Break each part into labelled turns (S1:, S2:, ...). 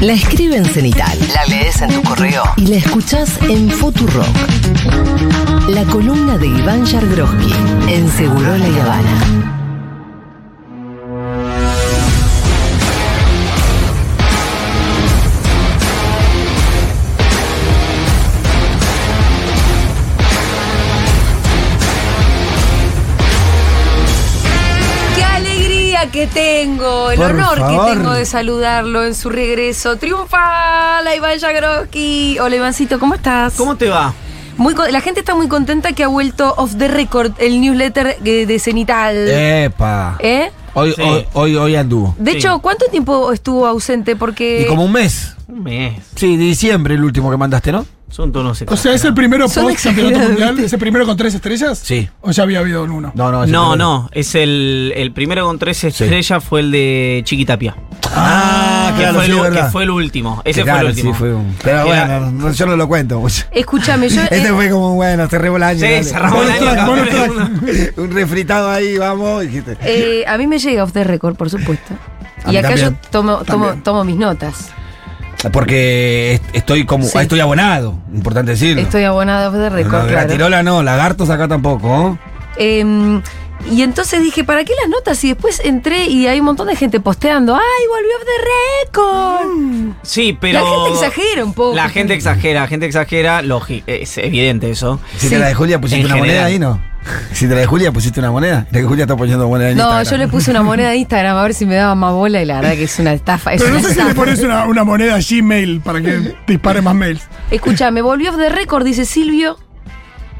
S1: La escribe en cenital.
S2: La lees en tu correo.
S1: Y la escuchás en Futurock. La columna de Iván Yargroski en Seguro La Habana.
S3: ¡Qué alegría que tengo! El
S4: Por
S3: honor
S4: favor.
S3: que tengo de saludarlo en su regreso. ¡Triunfal! la Iván Jagroski! Hola Ivancito, ¿cómo estás?
S4: ¿Cómo te va?
S3: Muy co- la gente está muy contenta que ha vuelto off the record el newsletter eh, de Cenital. ¿Eh?
S5: Epa. Hoy,
S4: Sí.
S5: hoy, hoy, hoy anduvo.
S3: De
S4: Sí.
S3: hecho, ¿cuánto tiempo estuvo ausente? Porque.
S5: Y como un mes.
S4: Un mes.
S5: Sí, diciembre el último que mandaste, ¿no?
S4: Son tonos
S6: O sea, ¿es el primero
S3: Son
S6: post-campeonato
S3: exagerados,
S6: mundial?
S3: ¿viste?
S6: ¿Es el primero con tres estrellas?
S5: Sí.
S6: ¿O ya había habido uno?
S5: No, no. es el
S4: No,
S5: primero.
S4: no. Es el, el primero con tres estrellas fue el de Chiquitapia.
S5: Ah,
S4: que,
S5: claro,
S4: fue
S5: sí,
S4: el,
S5: es
S4: u-
S5: verdad.
S4: que fue el último. Ese
S5: Claro,
S4: fue el último.
S5: sí, fue un- Pero
S4: Era-
S5: bueno, no- yo no lo cuento. pues.
S3: Escúchame, yo.
S5: Este
S3: eh,
S5: fue como, bueno, cerremos el año.
S4: Sí,
S5: dale.
S4: cerramos el
S6: Bonus
S4: año.
S6: track,
S4: campeón
S6: bonus
S4: del
S6: track.
S4: mundo.
S5: un refritado ahí, vamos. dijiste.
S3: eh, a mí me llega off the record, por supuesto.
S5: A
S3: Y
S5: mí
S3: acá
S5: también.
S3: yo tomo, tomo,
S6: También.
S3: tomo mis notas.
S5: Porque est- estoy como,
S3: Sí.
S5: estoy abonado, importante decirlo.
S3: Estoy abonada off the record,
S5: no,
S3: claro.
S5: Gratirola no, lagartos acá tampoco. ¿oh? ¿no?
S3: Eh, y entonces dije, ¿para qué las notas? Y después entré y hay un montón de gente posteando, ¡ay, volvió Off the Record!
S6: Mm.
S4: Sí, pero.
S3: La gente exagera un poco.
S4: La gente exagera, la gente exagera. lógico, es evidente eso.
S5: Si
S3: Sí.
S5: te la de Julia pusiste
S4: En
S5: una moneda
S4: general.
S5: ahí, ¿no? Si te la de Julia pusiste una moneda. La que Julia está poniendo moneda en
S3: No,
S5: Instagram.
S3: yo le puse una moneda de Instagram a ver si me daba más bola y la verdad que es una estafa. es
S6: Pero no
S3: una
S6: sé si le
S3: estafa.
S6: pones una, una moneda a Gmail para que dispare más mails.
S3: Escúchame, volvió Off the Record, dice Silvio,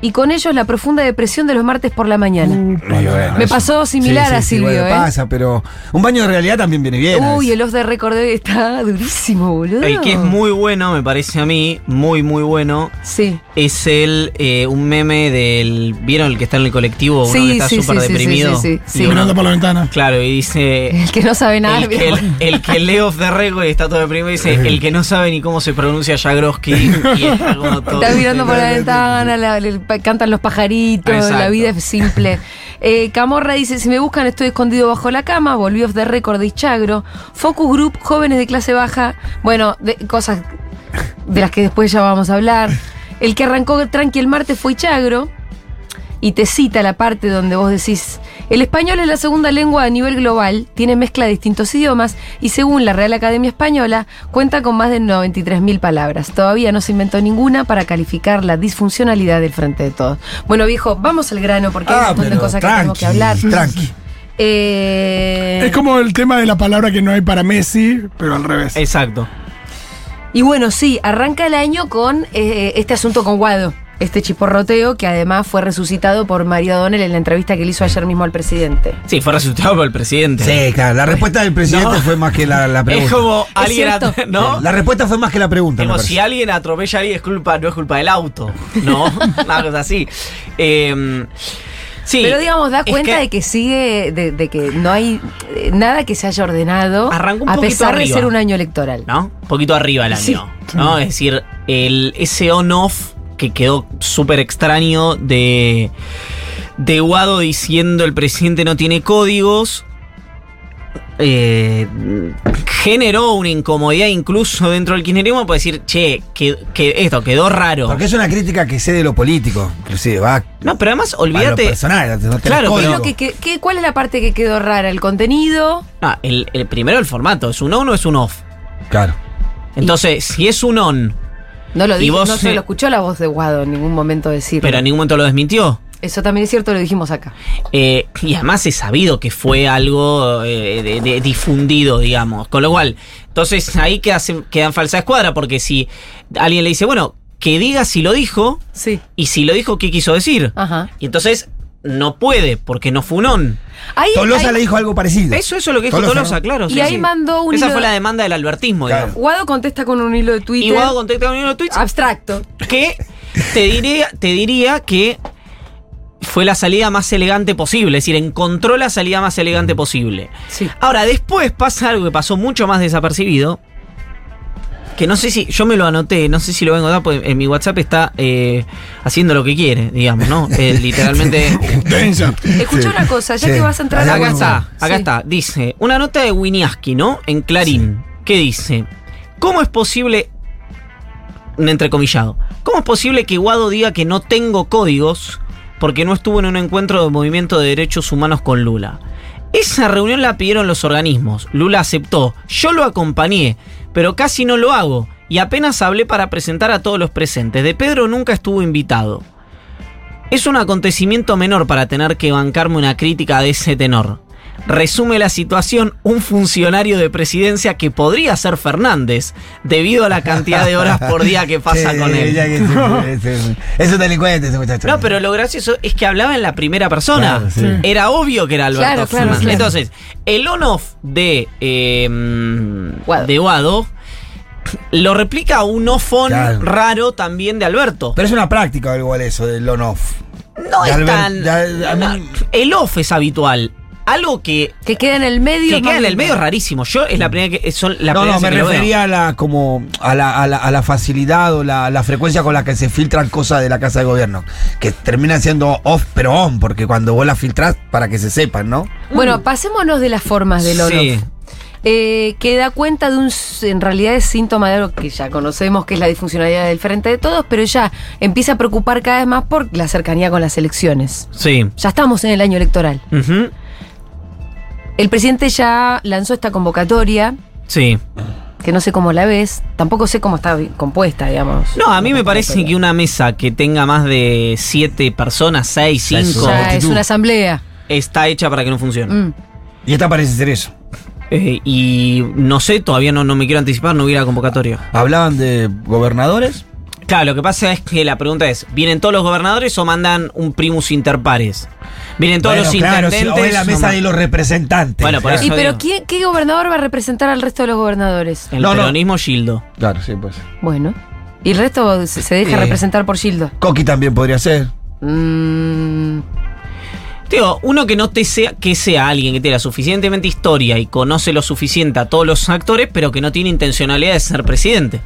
S3: y con ellos la profunda depresión de los martes por la mañana.
S6: Mm,
S5: Muy bueno,
S3: Me
S5: eso.
S3: pasó similar a Silvio,
S5: bueno,
S3: ¿eh?
S5: pasa, pero un baño de realidad también viene bien. a
S3: Uy,
S5: veces.
S3: el Off the Record de hoy está durísimo, boludo.
S4: El que es muy bueno, me parece a mí, muy, muy bueno,
S3: Sí.
S4: es el eh, un meme del. ¿Vieron el que está en el colectivo? Uno
S3: Sí,
S4: que está
S3: sí, sí,
S4: súper
S3: sí, sí,
S4: deprimido.
S3: sí, sí, sí.
S4: Y uno-
S6: Mirando por la ventana.
S4: Claro, y dice.
S3: El que no sabe nada.
S4: El que, el, el que lee off the record y está todo deprimido dice el que no sabe ni cómo se pronuncia Jagroski y está como todo-
S3: Está mirando por la ventana, la- le- pa- cantan los pajaritos,
S4: Exacto.
S3: la vida es simple. Eh, Camorra dice, si me buscan estoy escondido bajo la cama, volvió de récord de Ichagro. Focus Group, jóvenes de clase baja, bueno, de- cosas de las que después ya vamos a hablar. El que arrancó tranqui el martes fue Ichagro. Y te cita la parte donde vos decís, el español es la segunda lengua a nivel global, tiene mezcla de distintos idiomas y según la Real Academia Española cuenta con más de 93.000 palabras. Todavía no se inventó ninguna para calificar la disfuncionalidad del frente de todos. Bueno viejo, vamos al grano porque hay un
S5: Ah,
S3: montón de
S5: pero
S3: cosas que
S5: tranqui,
S3: tenemos que hablar.
S5: Tranqui.
S3: Eh,
S6: Es como el tema de la palabra que no hay para Messi, pero al revés.
S5: Eh.
S4: Exacto.
S3: Y bueno, sí, arranca el año con eh, este asunto con Guado. Este chisporroteo que además fue resucitado por Mario Donel en la entrevista que le hizo ayer mismo al presidente.
S4: Sí, fue resultado por el presidente.
S5: Sí, claro. La respuesta del presidente
S4: No.
S5: fue más que la, la pregunta.
S4: Es como alguien,
S3: cierto.
S4: at- ¿no?
S5: La respuesta fue más que la pregunta. me
S4: Como
S5: parece.
S4: si alguien atropella a alguien es culpa, no es culpa del auto, ¿no? Una cosa así. Eh, sí.
S3: Pero digamos, da
S4: es
S3: cuenta de que sigue, de, de que no hay eh, nada que se haya ordenado,
S4: Arranca un
S3: a
S4: poquito
S3: pesar de
S4: arriba.
S3: ser un año electoral.
S4: ¿no? Un poquito arriba el año,
S3: Sí.
S4: ¿no? Es decir, el, ese on-off que quedó súper extraño de, de Guado diciendo el presidente no tiene códigos. eh, generó una incomodidad incluso dentro del kirchnerismo para decir, che, que, que esto quedó raro.
S5: Porque es una crítica que sé de lo político. Inclusive, va.
S4: No, pero además,
S5: va a lo
S4: olvídate.
S5: personal. No tenés
S4: Claro,
S3: ¿Qué es
S5: código.
S3: lo que- que- que- ¿Cuál es la parte que quedó rara? ¿El contenido?
S4: no, ah, el, el primero el formato, es un on o es un off.
S5: Claro.
S4: Entonces, si es un on,
S3: No lo
S4: Y
S3: dijo,
S4: vos
S3: no se
S4: se-
S3: lo escuchó la voz de Guado en ningún momento decirlo.
S4: pero en ningún momento lo desmintió.
S3: Eso también es cierto, lo dijimos acá.
S4: Eh, y además he sabido que fue algo eh, de- de- difundido, digamos. Con lo cual, entonces ahí queda, quedan falsa escuadra, porque si alguien le dice, bueno, que diga si lo dijo,
S3: Sí.
S4: y si lo dijo, ¿qué quiso decir?
S3: Ajá.
S4: Y entonces no puede, porque no fue un on.
S3: Ahí,
S5: Tolosa
S3: ahí-
S5: le dijo algo parecido.
S4: Eso, eso es lo que dijo Tolosa,
S5: Tolosa, ¿no?
S4: claro.
S3: Y ahí mandó un
S4: Esa
S3: hilo-
S4: fue la demanda del albertismo,
S5: Claro.
S4: digamos.
S3: Guado contesta con un hilo de
S4: Y
S3: Twitter
S4: Guado contacta con uno de los
S3: Ah.
S4: tweets
S3: abstracto.
S4: que te diría, te diría que fue la salida más elegante posible, es decir, encontró la salida más elegante posible.
S3: Sí.
S4: Ahora, después pasa algo que pasó mucho más desapercibido. Que no sé si. Yo me lo anoté, no sé si lo vengo a dar, porque en mi WhatsApp está eh, haciendo lo que quiere, digamos, ¿no? Eh, literalmente.
S6: Densa.
S3: Escucha
S5: Sí.
S3: una cosa, ya
S5: Sí.
S3: que vas a entrar
S5: Allá
S4: acá
S5: bueno,
S4: está,
S3: Sí.
S4: acá está. Dice, una nota de Winiaski, ¿no? En Clarín. Que dice. ¿Cómo es posible, un entrecomillado, cómo es posible que Guado diga que no tengo códigos porque no estuvo en un encuentro de movimiento de derechos humanos con Lula? Esa reunión la pidieron los organismos. Lula aceptó. Yo lo acompañé, pero casi no lo hago. Y apenas hablé para presentar a todos los presentes. De Pedro nunca estuvo invitado. Es un acontecimiento menor para tener que bancarme una crítica de ese tenor. Resume la situación un funcionario de presidencia que podría ser Fernández, debido a la cantidad de horas por día que pasa
S5: Sí,
S4: con él.
S5: ya que sí, es, es- es un delincuente ese muchacho.
S4: No, pero lo gracioso es que hablaba en la primera persona.
S5: Claro, sí.
S4: Era obvio que era Alberto
S3: Claro, claro,
S4: Fernández.
S3: claro.
S4: Entonces, el on-off de, eh,
S3: Guado.
S4: de Guado lo replica un off-on
S5: Claro.
S4: raro también de Alberto.
S5: Pero es una práctica igual eso del on-off.
S4: no
S5: de
S4: es
S5: Albert-
S4: tan.
S5: de- a mí-
S4: el off es habitual. Algo que,
S3: Que queda en el medio.
S4: que queda en el
S3: mamita.
S4: medio es rarísimo. Yo es la primera que. Son la
S5: no,
S4: primera
S5: no,
S4: vez
S5: me
S4: que lo veo.
S5: refería a la, como a la, a la, a la facilidad o la, la frecuencia con la que se filtran cosas de la Casa de Gobierno. Que terminan siendo off pero on, porque cuando vos las filtrás, para que se sepan, ¿no?
S3: Bueno, pasémonos de las formas del oro.
S4: Sí.
S3: Eh, que da cuenta de un, s- en realidad es síntoma de algo que ya conocemos, que es la disfuncionalidad del frente de todos, pero ya empieza a preocupar cada vez más por la cercanía con las elecciones.
S4: Sí.
S3: Ya estamos en el año electoral.
S4: Ujú.
S3: El presidente ya lanzó esta convocatoria,
S4: Sí.
S3: que no sé cómo la ves, tampoco sé cómo está vi- compuesta, digamos.
S4: No, a mí me parece que una mesa que tenga más de siete personas, seis,
S5: Ya es
S4: cinco,
S3: Ya es una asamblea.
S4: está hecha para que no funcione.
S3: Mm.
S5: Y esta parece ser eso.
S4: Eh, y no sé, todavía no, no me quiero anticipar, no hubiera convocatoria.
S5: Hablaban de gobernadores.
S4: Claro, lo que pasa es que la pregunta es, ¿vienen todos los gobernadores o mandan un primus inter pares? ¿Vienen todos
S5: Bueno,
S4: los
S5: claro,
S4: intendentes?
S5: si- o en la
S4: o
S5: mesa
S4: man-
S5: de los representantes.
S4: Bueno, por
S5: Claro.
S4: eso
S3: ¿Y pero
S4: digo.
S3: ¿quién, qué gobernador va a representar al resto de los gobernadores?
S4: El
S5: No, no.
S4: peronismo Gildo.
S5: Claro, sí, pues.
S3: Bueno. Y el resto se se deja
S5: Eh.
S3: representar por Gildo.
S5: Coqui también podría ser.
S3: Mm,
S4: Digo, uno que no te sea, que sea alguien que tenga suficientemente historia y conoce lo suficiente a todos los actores, pero que no tiene intencionalidad de ser presidente.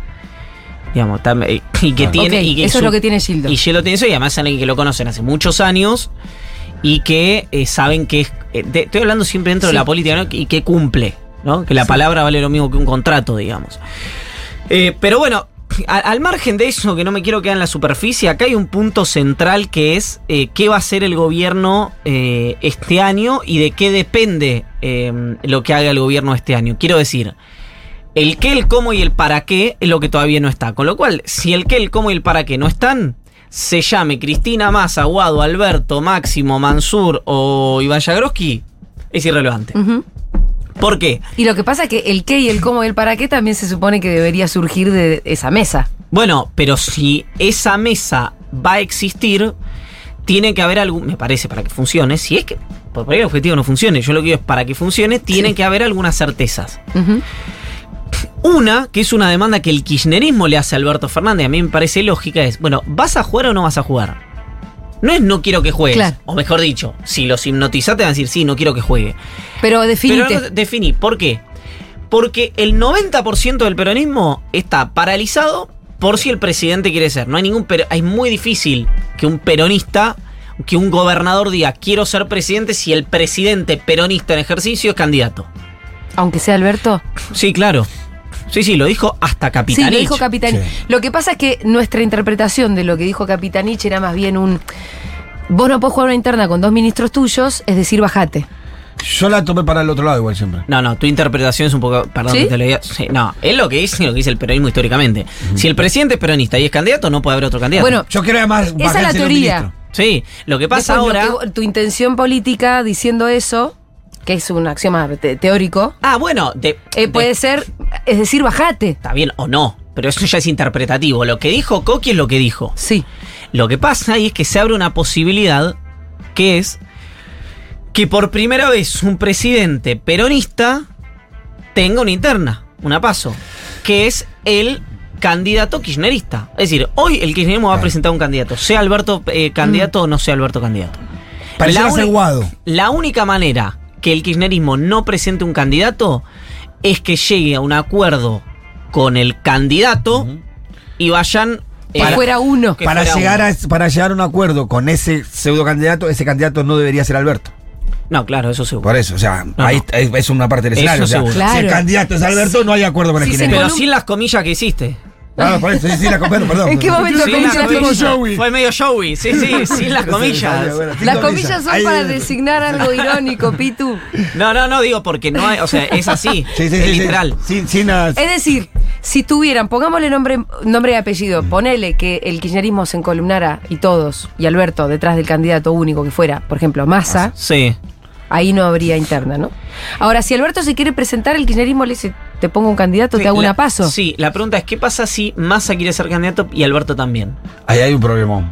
S4: Digamos, tam- eh, y que tiene.
S3: ok,
S4: y que
S3: eso es
S4: su-
S3: lo que tiene Gildo.
S4: Y Yelo tiene eso, y además es alguien que lo conocen hace muchos años y que eh, saben que es. eh, de- estoy hablando siempre dentro
S3: Sí.
S4: de la política ¿no? y que cumple, ¿no? Que la palabra vale lo mismo que un contrato, digamos. Eh, pero bueno, a- al margen de eso, que no me quiero quedar en la superficie, acá hay un punto central que es eh, qué va a hacer el gobierno eh, este año y de qué depende eh, lo que haga el gobierno este año. Quiero decir. El qué, el cómo y el para qué es lo que todavía no está. Con lo cual, si el qué, el cómo y el para qué no están, se llame Cristina Massa, Guado, Alberto, Máximo, Mansur o Iván Yagroski, es irrelevante.
S3: ujú.
S4: ¿Por qué?
S3: Y lo que pasa es que el qué y el cómo y el para qué también se supone que debería surgir de esa mesa.
S4: Bueno, pero si esa mesa va a existir, tiene que haber algún. Me parece, para que funcione, si es que. Por ahí el objetivo no funcione. Yo lo que digo es para que funcione, tiene que haber algunas certezas.
S3: Ujú.
S4: Una, que es una demanda que el kirchnerismo le hace a Alberto Fernández, a mí me parece lógica, es, bueno, ¿vas a jugar o no vas a jugar? No es no quiero que juegues.
S3: Claro.
S4: O mejor dicho, si los hipnotizaste van a decir, sí, no quiero que juegue.
S3: Pero definite.
S4: Pero no definí, ¿por qué? Porque el 90% del peronismo está paralizado por si el presidente quiere ser. No hay ningún pero es muy difícil que un peronista, que un gobernador diga, quiero ser presidente si el presidente peronista en ejercicio es candidato.
S3: Aunque sea Alberto.
S4: Sí, claro. Sí, sí, lo dijo hasta Capitanich.
S3: Sí, lo dijo Capitanich.
S5: Sí.
S3: Lo que pasa es que nuestra interpretación de lo que dijo Capitanich era más bien un. Vos no podés jugar una interna con dos ministros tuyos, es decir, bajate.
S5: Yo la tomé para el otro lado igual siempre.
S4: No, no, tu interpretación es un poco. Perdón
S3: ¿Sí?
S4: que te lo diga. Sí, no, es lo que dice lo que dice el peronismo históricamente. Si el presidente es peronista y es candidato, no puede haber otro candidato.
S3: Bueno,
S5: Yo quiero además.
S3: Esa es la
S5: bajárselo a un
S3: teoría.
S5: ministro.
S4: Sí, lo que pasa
S3: después lo
S4: ahora.
S3: que vos- tu intención política diciendo eso, que es un axioma te- teórico,
S4: Ah, bueno, de,
S3: eh,
S4: de-
S3: puede ser, es decir, bajate.
S4: Está bien o no, pero eso ya es interpretativo. Lo que dijo Coqui es lo que dijo.
S3: Sí.
S4: Lo que pasa ahí es que se abre una posibilidad que es que por primera vez un presidente peronista tenga una interna, una paso, que es el candidato kirchnerista. Es decir, hoy el kirchnerismo va a
S5: Claro.
S4: presentar un candidato, sea Alberto eh, candidato o no sea Alberto candidato.
S5: Pareciera
S4: La
S5: ser
S4: uni-
S5: guado.
S4: La única manera que el kirchnerismo no presente un candidato es que llegue a un acuerdo con el candidato y vayan eh,
S3: Que fuera uno.
S4: que
S5: Para
S4: fuera
S5: llegar,
S4: uno.
S5: a, para llegar a un acuerdo con ese pseudo candidato, ese candidato no debería ser Alberto.
S4: No, claro, eso seguro.
S5: Por eso, o sea,
S4: Ah, no.
S5: ahí es- es una parte del
S4: Eso
S5: escenario. o sea,
S4: seguro.
S5: Si el
S3: Claro.
S5: candidato es Alberto, no hay acuerdo con el
S3: Sí,
S5: jinete.
S4: Pero
S3: colum-
S4: sin las comillas que hiciste.
S5: Claro, por eso, sí, sí, la perdón, perdón.
S3: ¿En qué momento
S4: Sin
S3: comillas
S4: las
S3: las
S4: comillas.
S6: Joey.
S4: Fue medio showy, sí, sí, sin las comillas.
S3: Las comillas son
S5: Ahí-
S3: para designar algo irónico, Pitu.
S4: No, no, no digo porque no hay, o sea, es así,
S5: Sí, sí, sí,
S4: es
S5: sí.
S4: literal.
S5: Sin, sin las-
S4: Eh.
S3: Es decir, si tuvieran, pongámosle nombre, nombre y apellido, ponele que el kirchnerismo se encolumnara y todos, y Alberto detrás del candidato único que fuera, por ejemplo, Massa,
S4: Sí.
S3: ahí no habría interna, ¿no? Ahora, si Alberto se quiere presentar, el kirchnerismo le dice, te pongo un candidato, te hago
S4: La-
S3: una paso.
S4: Sí, la pregunta es ¿qué pasa si Massa quiere ser candidato y Alberto también?
S5: Ahí hay un problemón.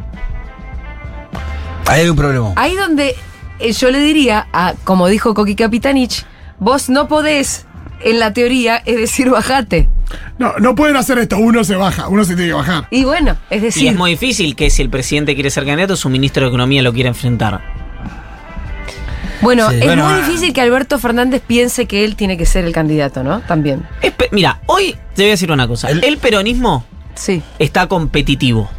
S5: Ahí hay un problemón.
S4: Ah,
S3: Ahí donde eh, yo le diría, a, como dijo Coqui Capitanich, vos no podés, en la teoría, es decir, bajate.
S6: No, no pueden hacer esto. Uno se baja, uno se tiene que bajar.
S3: Y bueno, es
S4: Y
S3: decir,
S4: es muy difícil que si el presidente quiere ser candidato, su ministro de Economía lo quiera enfrentar.
S3: bueno,
S5: Sí,
S3: es
S5: bueno,
S3: muy
S5: ah.
S3: difícil que Alberto Fernández piense que él tiene que ser el candidato, ¿no? También.
S4: Es pe- Mira, hoy te voy a decir una cosa.
S5: El-
S4: El, peronismo
S3: Sí.
S4: está competitivo.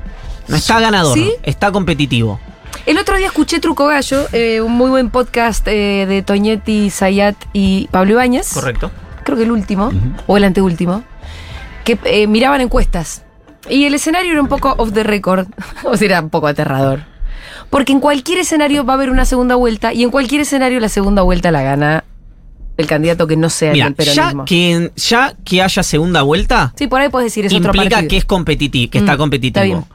S4: No está ganador,
S3: ¿Sí?
S4: está competitivo.
S3: El otro día escuché Truco Gallo, eh, un muy buen podcast eh, de Toñetti, Sayat y Pablo Ibáñez.
S4: Correcto.
S3: Creo que el último, o el anteúltimo, que eh, miraban encuestas. Y el escenario era un poco off the record, o sea, era un poco aterrador. Porque en cualquier escenario va a haber una segunda vuelta y en cualquier escenario la segunda vuelta la gana el candidato que no sea el
S4: Mira,
S3: del
S4: ya
S3: peronismo.
S4: que, en- ya que haya segunda vuelta,
S3: Sí, por ahí puedes decir es otro
S4: implica
S3: partido.
S4: que es competitivo, que
S3: Mm,
S4: está
S3: está bien.
S4: competitivo.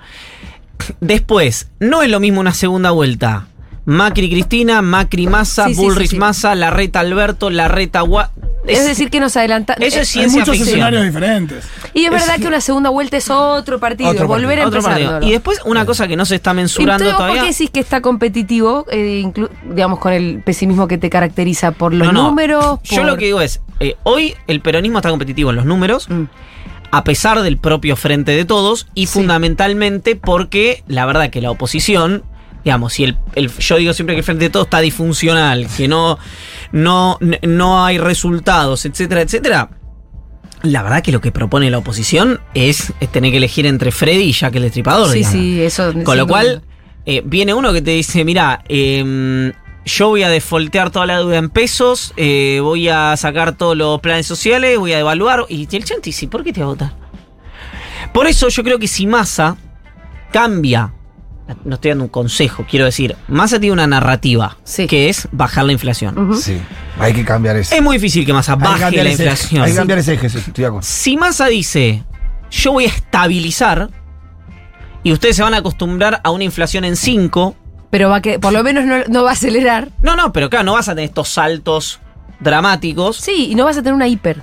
S4: Después, no es lo mismo una segunda vuelta. Macri Cristina, Macri Massa,
S3: Sí, sí,
S4: Bullrich
S3: sí, sí.
S4: Massa, Larreta Alberto, Larreta Gua.
S3: es, decir, que nos adelanta.
S4: eso es
S6: Hay
S4: ciencia
S6: muchos
S4: ficción.
S6: escenarios diferentes.
S3: y es verdad que una segunda vuelta es otro partido,
S5: Otro
S3: volver a
S4: Otro partido.
S3: empezar.
S4: Y después, una cosa que no se está mensurando
S3: Entonces, ¿vos
S4: todavía.
S3: ¿Por qué decís que está competitivo, eh, inclu- digamos, con el pesimismo que te caracteriza por los
S4: No, no.
S3: números?
S4: Yo
S3: por-
S4: lo que digo es: eh, hoy el peronismo está competitivo en los números,
S3: Mm.
S4: a pesar del propio frente de todos, y
S3: Sí.
S4: fundamentalmente porque la verdad que la oposición. Digamos, si el, el- yo digo siempre que el frente de todos está disfuncional, que no, no, n- no hay resultados, etcétera, etcétera. La verdad que lo que propone la oposición es, es tener que elegir entre Freddy y Jack el Destripador.
S3: Sí,
S4: digamos.
S3: sí, eso.
S4: Con
S3: sin
S4: lo
S3: duda.
S4: cual, eh, viene uno que te dice, mira, yo voy a defoltear toda la deuda en pesos, eh, voy a sacar todos los planes sociales, voy a devaluar. Y el chanti dice, ¿por qué te va a votar? Por eso yo creo que si Massa cambia, no estoy dando un consejo, quiero decir, Massa tiene una narrativa,
S3: Sí.
S4: que es bajar la inflación.
S3: Ujú.
S5: Sí, hay que cambiar eso.
S4: Es muy difícil que Massa
S5: Hay que
S4: Eh, baje
S5: cambiar
S4: la
S5: ese-
S4: inflación.
S5: Hay que cambiar ese eje, sí, estoy de acuerdo.
S4: Si Massa dice, yo voy a estabilizar y ustedes se van a acostumbrar a una inflación en 5,
S3: Pero va que, por lo menos no, no va a acelerar.
S4: no, no, pero claro, no vas a tener estos saltos dramáticos.
S3: Sí, y no vas a tener una hiper.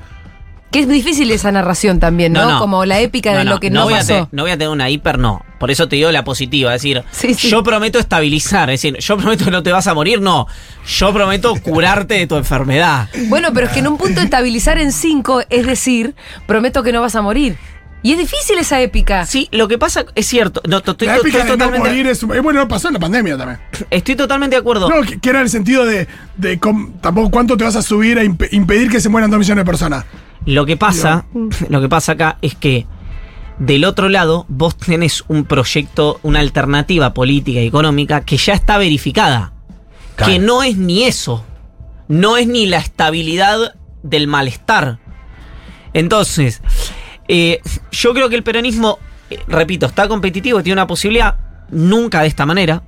S3: Que es difícil esa narración también, ¿no?
S4: No, no.
S3: Como la épica de lo que no,
S4: voy A
S3: pasó.
S4: tener, no voy a tener una hiper, no. Por eso te digo la positiva, es decir,
S3: Sí, sí.
S4: yo prometo estabilizar, es decir, yo prometo que no te vas a morir, no. Yo prometo curarte de tu enfermedad.
S3: Bueno, pero es que en un punto estabilizar en cinco es decir, prometo que no vas a morir. Y es difícil esa épica.
S4: Sí, lo que pasa es cierto, no, to- estoy,
S6: La épica
S4: estoy
S6: de no morir
S4: totalmente,
S6: es, es bueno, pasó en la pandemia también.
S4: estoy totalmente de acuerdo.
S6: No, que, que era el sentido de, de com- tampoco cuánto te vas a subir a imp- impedir que se mueran dos millones de personas.
S4: Lo que pasa, lo que pasa acá es que del otro lado vos tenés un proyecto, una alternativa política y económica que ya está verificada.
S5: Claro.
S4: Que no es ni eso. No es ni la estabilidad del malestar. Entonces, eh, yo creo que el peronismo, eh, repito, está competitivo, tiene una posibilidad. Nunca de esta manera.